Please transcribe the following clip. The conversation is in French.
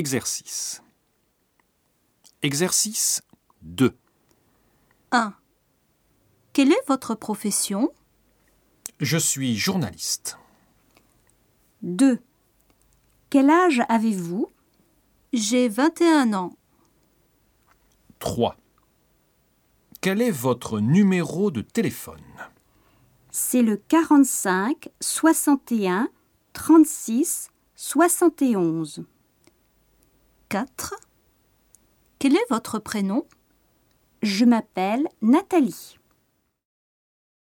Exercice. Exercice 2. 1. Quelle est votre profession Je suis journaliste. 2. Quel âge avez-vous J'ai 21 ans. 3. Quel est votre numéro de téléphone C'est le 45 61 36 71. 4. Quel est votre prénom Je m'appelle Nathalie.